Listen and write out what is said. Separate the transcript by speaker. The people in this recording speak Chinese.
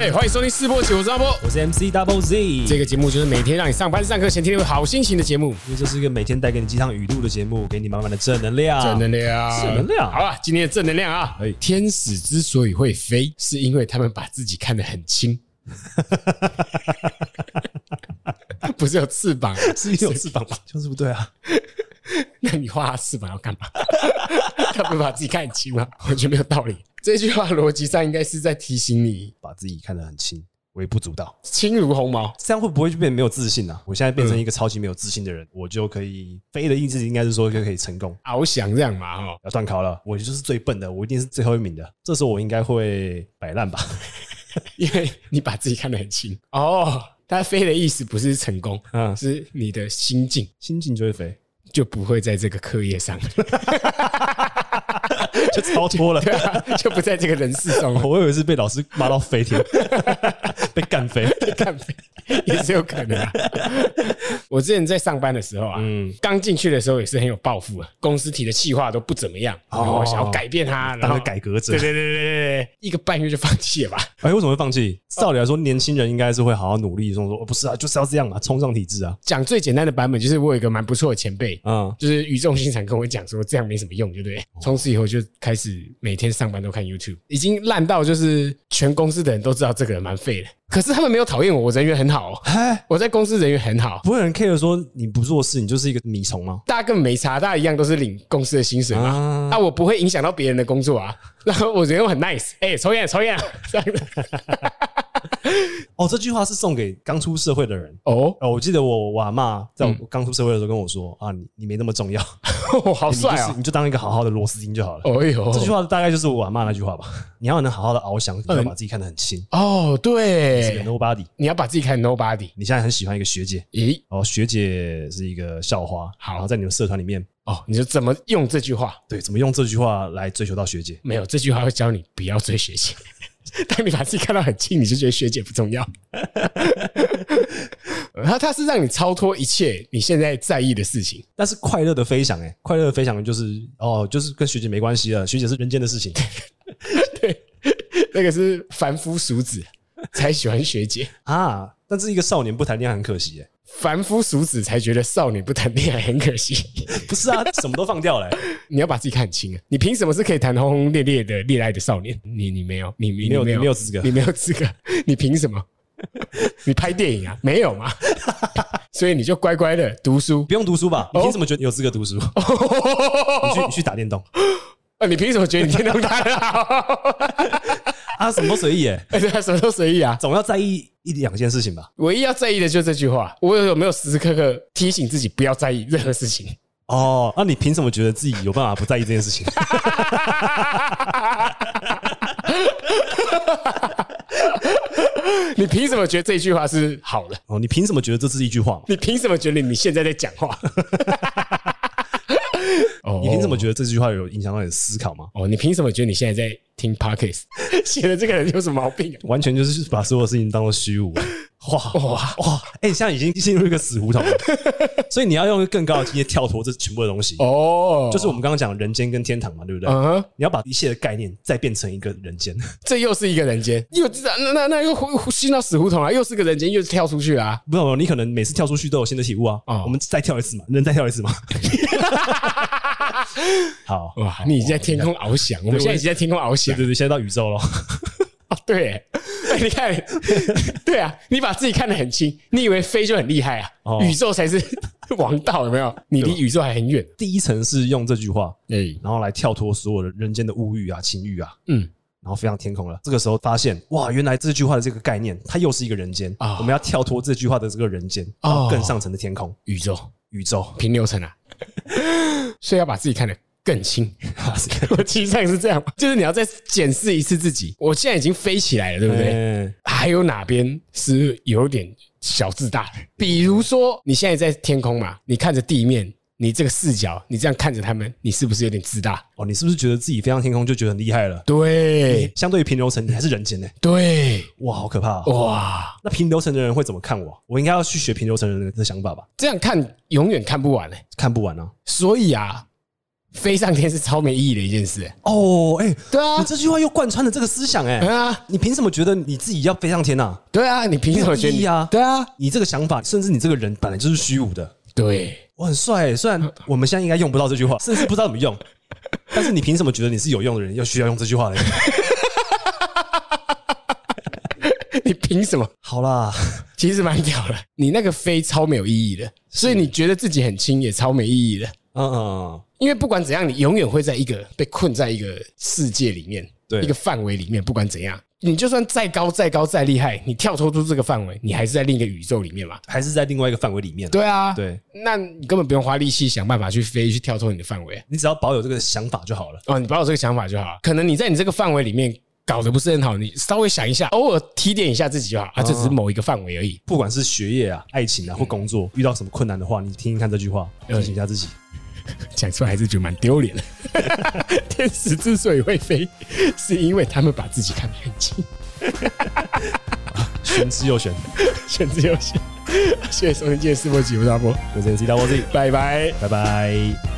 Speaker 1: 哎、欢迎收听四波起，我是阿波。
Speaker 2: 我是 MC Double Z，
Speaker 1: 这个节目就是每天让你上班上课前听天有好心情的节目，
Speaker 2: 因为这是一个每天带给你鸡汤语录的节目，给你满满的正能量。
Speaker 1: 正能量，
Speaker 2: 正能量
Speaker 1: 啊好了，今天的正能量啊
Speaker 2: 哎，
Speaker 1: 天使之所以会飞，是因为他们把自己看得很轻。 不是有翅膀？啊
Speaker 2: 是有翅膀吧？这样 是不对啊！
Speaker 1: 那你画它翅膀要干嘛？ 他不是把自己看很轻吗？完全没有道理。这句话逻辑上应该是在提醒你，
Speaker 2: 把自己看得很轻，微不足道。
Speaker 1: 轻如鸿毛。
Speaker 2: 这样会不会就变得没有自信啊？我现在变成一个超级没有自信的人，我就可以飞的意思应该是说就可以成功。
Speaker 1: 翱翔这样嘛，哦，
Speaker 2: 要断考了，我就是最笨的，我一定是最后一名的。这时候我应该会摆烂吧？
Speaker 1: 因为你把自己看得很轻哦。它飞的意思不是成功，
Speaker 2: 嗯，
Speaker 1: 是你的心境。
Speaker 2: 心境就会飞，
Speaker 1: 就不会在这个课业上，
Speaker 2: 就超脱 了。
Speaker 1: 对啊，就不在这个人世中了。
Speaker 2: 我以为是被老师骂到飞天， 被干 飞。
Speaker 1: 看也是有可能啊。 我之前在上班的时候啊，
Speaker 2: 嗯，
Speaker 1: 刚进去的时候也是很有抱负啊，公司提的企划都不怎么样，然后我想要改变它，然
Speaker 2: 哦当
Speaker 1: 后
Speaker 2: 个改革者
Speaker 1: 对。对对对对对，一个半月就放弃了吧？
Speaker 2: 哎，为什么会放弃？
Speaker 1: 呃
Speaker 2: 照理来说，年轻人应该是会好好努力，这种说、哦、不是啊，就是要这样啊，冲上体制啊，
Speaker 1: 讲最简单的版本就是我有一个蛮不错的前辈，
Speaker 2: 嗯，
Speaker 1: 就是语重心长跟我讲说这样没什么用，对不对？
Speaker 2: 哦
Speaker 1: 从此以后就开始每天上班都看 YouTube，已经烂到就是全公司的人都知道这个人蛮废的，可是他们没有讨厌我，我人缘很好、哦。
Speaker 2: 哎，
Speaker 1: 我在公司人缘很好，
Speaker 2: 不会有人 care 说你不做事，你就是一个米虫吗？
Speaker 1: 大家根本没差，大家一样都是领公司的薪水嘛。
Speaker 2: 啊，
Speaker 1: 啊，我不会影响到别人的工作啊。然后我人又很 nice，哎、抽烟抽烟啊，这样的。
Speaker 2: 哦，这句话是送给刚出社会的人。
Speaker 1: 哦，
Speaker 2: 哦，我记得我我阿妈在我刚出社会的时候跟我说、啊，你你没那么重要，
Speaker 1: 嗯好帅
Speaker 2: 你就
Speaker 1: 啊
Speaker 2: 是、！你就当一个好好的螺丝钉就好了。
Speaker 1: 哦呦，
Speaker 2: 这句话大概就是我阿妈那句话 吧。你要能好好的翱翔，你要
Speaker 1: 嗯
Speaker 2: 把自己看得很轻，
Speaker 1: 哦，
Speaker 2: 是个
Speaker 1: 对，
Speaker 2: nobody。
Speaker 1: 你要把自己看 nobody。
Speaker 2: 你现在很喜欢一个学姐，
Speaker 1: 咦，
Speaker 2: 然后学姐是一个校花，
Speaker 1: 好
Speaker 2: 然后在你们社团里面，
Speaker 1: 哦，你就怎么用这句话？
Speaker 2: 对，怎么用这句话来追求到学姐？
Speaker 1: 没有，这句话会教你不要追学姐。 当你把自己看到很轻，你就觉得学姐不重要。 他他是让你超脱一切你现在在意的事情，
Speaker 2: 但是快乐的飞翔、欸，快乐的飞翔就是哦，就是跟学姐没关系了，学姐是人间的事情。
Speaker 1: 那个是凡夫俗子才喜欢学姐，
Speaker 2: 啊，但是一个少年不谈恋爱很可惜欸耶、
Speaker 1: 凡夫俗子才觉得少女不谈恋爱很可惜。
Speaker 2: 不是啊，什么都放掉了、欸，
Speaker 1: 你要把自己看很轻啊！你凭什么是可以谈轰轰烈烈的恋爱的少年？你你没有，你你
Speaker 2: 没有
Speaker 1: 你
Speaker 2: 你没有资格
Speaker 1: 你没有资格，你凭什么？ 你拍电影啊？没有嘛？ 所以你就乖乖的读书
Speaker 2: 不。用读书吧？你凭什么觉得你有资格读书？你去你去打电动
Speaker 1: 啊， 你凭什么觉得你电动打得好？
Speaker 2: 啊，什么都随意、欸，
Speaker 1: 而且他什么都随意啊！
Speaker 2: 总要在意一两件事情吧？
Speaker 1: 唯一要在意的就是这句话。我有没有时时刻刻提醒自己不要在意任何事情？
Speaker 2: 哦，那、你凭什么觉得自己有办法不在意这件事情？
Speaker 1: 你凭什么觉得这句话是好的？
Speaker 2: 哦，你凭什么觉得这是一句话嘛？
Speaker 1: 你凭什么觉得你现在在讲话？哦
Speaker 2: 你凭什么觉得这句话有影响到你的思考吗？
Speaker 1: 哦，你凭什么觉得哦你现在在听 podcast？写 的这个人有什么毛病啊？
Speaker 2: 完全就是把所有事情当做虚 无。哇哇哇！哎、你现在已经进入一个死胡 同了，所以你要用更高的境界跳脱这全部的东西。
Speaker 1: 哦，
Speaker 2: 就是我们刚刚讲人间跟天堂嘛，对不对？
Speaker 1: 嗯哼，
Speaker 2: 你要把一切的概念再变成一个人间，
Speaker 1: 这又是一个人间，又那那那又呼进到死胡同啊，又是个人间，又跳出去啊。
Speaker 2: 不是你可能每次跳出去都有新的体悟啊。
Speaker 1: 哦
Speaker 2: 我们再跳一次嘛，人再跳一次 嘛。好，
Speaker 1: 哇，你已经在天空翱翔，我们现在已经在天空翱
Speaker 2: 对
Speaker 1: 翔。
Speaker 2: 对对，现在到宇宙了。
Speaker 1: 哦，对，哎，你看，对啊，你把自己看得很轻，你以为飞就很厉害啊，
Speaker 2: 哦
Speaker 1: 宇宙才是 王道，有没有？你离宇宙还很远。
Speaker 2: 第一层是用这句话，
Speaker 1: 哎，
Speaker 2: 然后来跳脱所有的人间的物欲啊、情欲啊，
Speaker 1: 嗯，
Speaker 2: 然后飞上天空了。这个时候发现，哇，原来这句话的这个概念，它又是一个人间。
Speaker 1: 啊
Speaker 2: 我们要跳脱这句话的这个人间，
Speaker 1: 哦
Speaker 2: 到更上层的天空、
Speaker 1: 宇宙
Speaker 2: 宇 宙。
Speaker 1: 平流层啊， 所以要把自己看得更轻。 我其实上是这样，就是你要再检视一次自己。我现在已经飞起来了，对不对？
Speaker 2: 对？
Speaker 1: 还有哪边是有点小自大的？比如说，你现在在天空嘛，你看着地面，你这个视角，你这样看着他们，你是不是有点自大？
Speaker 2: 哦，你是不是觉得自己飞上天空就觉得很厉害了？
Speaker 1: 对
Speaker 2: 相对于平流层，你还是人间呢、
Speaker 1: 对，
Speaker 2: 哇，好可怕、哦！
Speaker 1: 哇，
Speaker 2: 那平流层的人会怎么看我？我应该要去学平流层人的想法吧？
Speaker 1: 这样看永远看不完嘞、欸
Speaker 2: 看不完啊！
Speaker 1: 所以啊，飞上天是超没意义的一件事、欸
Speaker 2: 哦，哎、
Speaker 1: 对啊
Speaker 2: 你这句话又贯穿了这个思想、哎、
Speaker 1: 对啊，
Speaker 2: 你凭什么觉得你自己要飞上天呐、啊？
Speaker 1: 对啊，你凭什么觉得
Speaker 2: 没有意
Speaker 1: 你？
Speaker 2: 义啊
Speaker 1: 对啊，
Speaker 2: 你这个想法，甚至你这个人本来就是虚无的。
Speaker 1: 对，
Speaker 2: 我很帅、欸，虽然我们现在应该用不到这句话，甚至不知道怎么用，但是你凭什么觉得你是有用的人，要需要用这句话嘞？
Speaker 1: 你凭什么？
Speaker 2: 好啦，
Speaker 1: 其实蛮屌的，你那个飞超没有意义的，所以你觉得自己很轻也超没意义的，
Speaker 2: 嗯嗯，
Speaker 1: 因为不管怎样，你永远会在一个被困在一个世界里面，
Speaker 2: 对
Speaker 1: 一个范围里面，不管怎样。你就算再高、再高、再厉害，你跳脱出这个范围，你还是在另一个宇宙里面嘛？
Speaker 2: 还是在另外一个范围里面。
Speaker 1: 对啊，
Speaker 2: 对，
Speaker 1: 那你根本不用花力气想办法去飞，去跳脱你的范围啊。
Speaker 2: 你只要保有这个想法就好了。
Speaker 1: 哦，你保有这个想法就好。可能你在你这个范围里面搞得不是很好，你稍微想一下，偶尔提点一下自己就好啊。这只是某一个范围而已。
Speaker 2: 不管是学业啊、爱情啊或工作，遇到什么困难的话，你听听看这句话，提醒一下自己。
Speaker 1: 讲出来还是觉得蛮丢脸的。 天使之所以会飞，是因为他们把自己看得很 轻。
Speaker 2: 玄之又玄，
Speaker 1: 选自由选，谢谢收听今天的世博集，我是阿波，
Speaker 2: 我是 C W Z，
Speaker 1: 拜拜。
Speaker 2: 拜拜。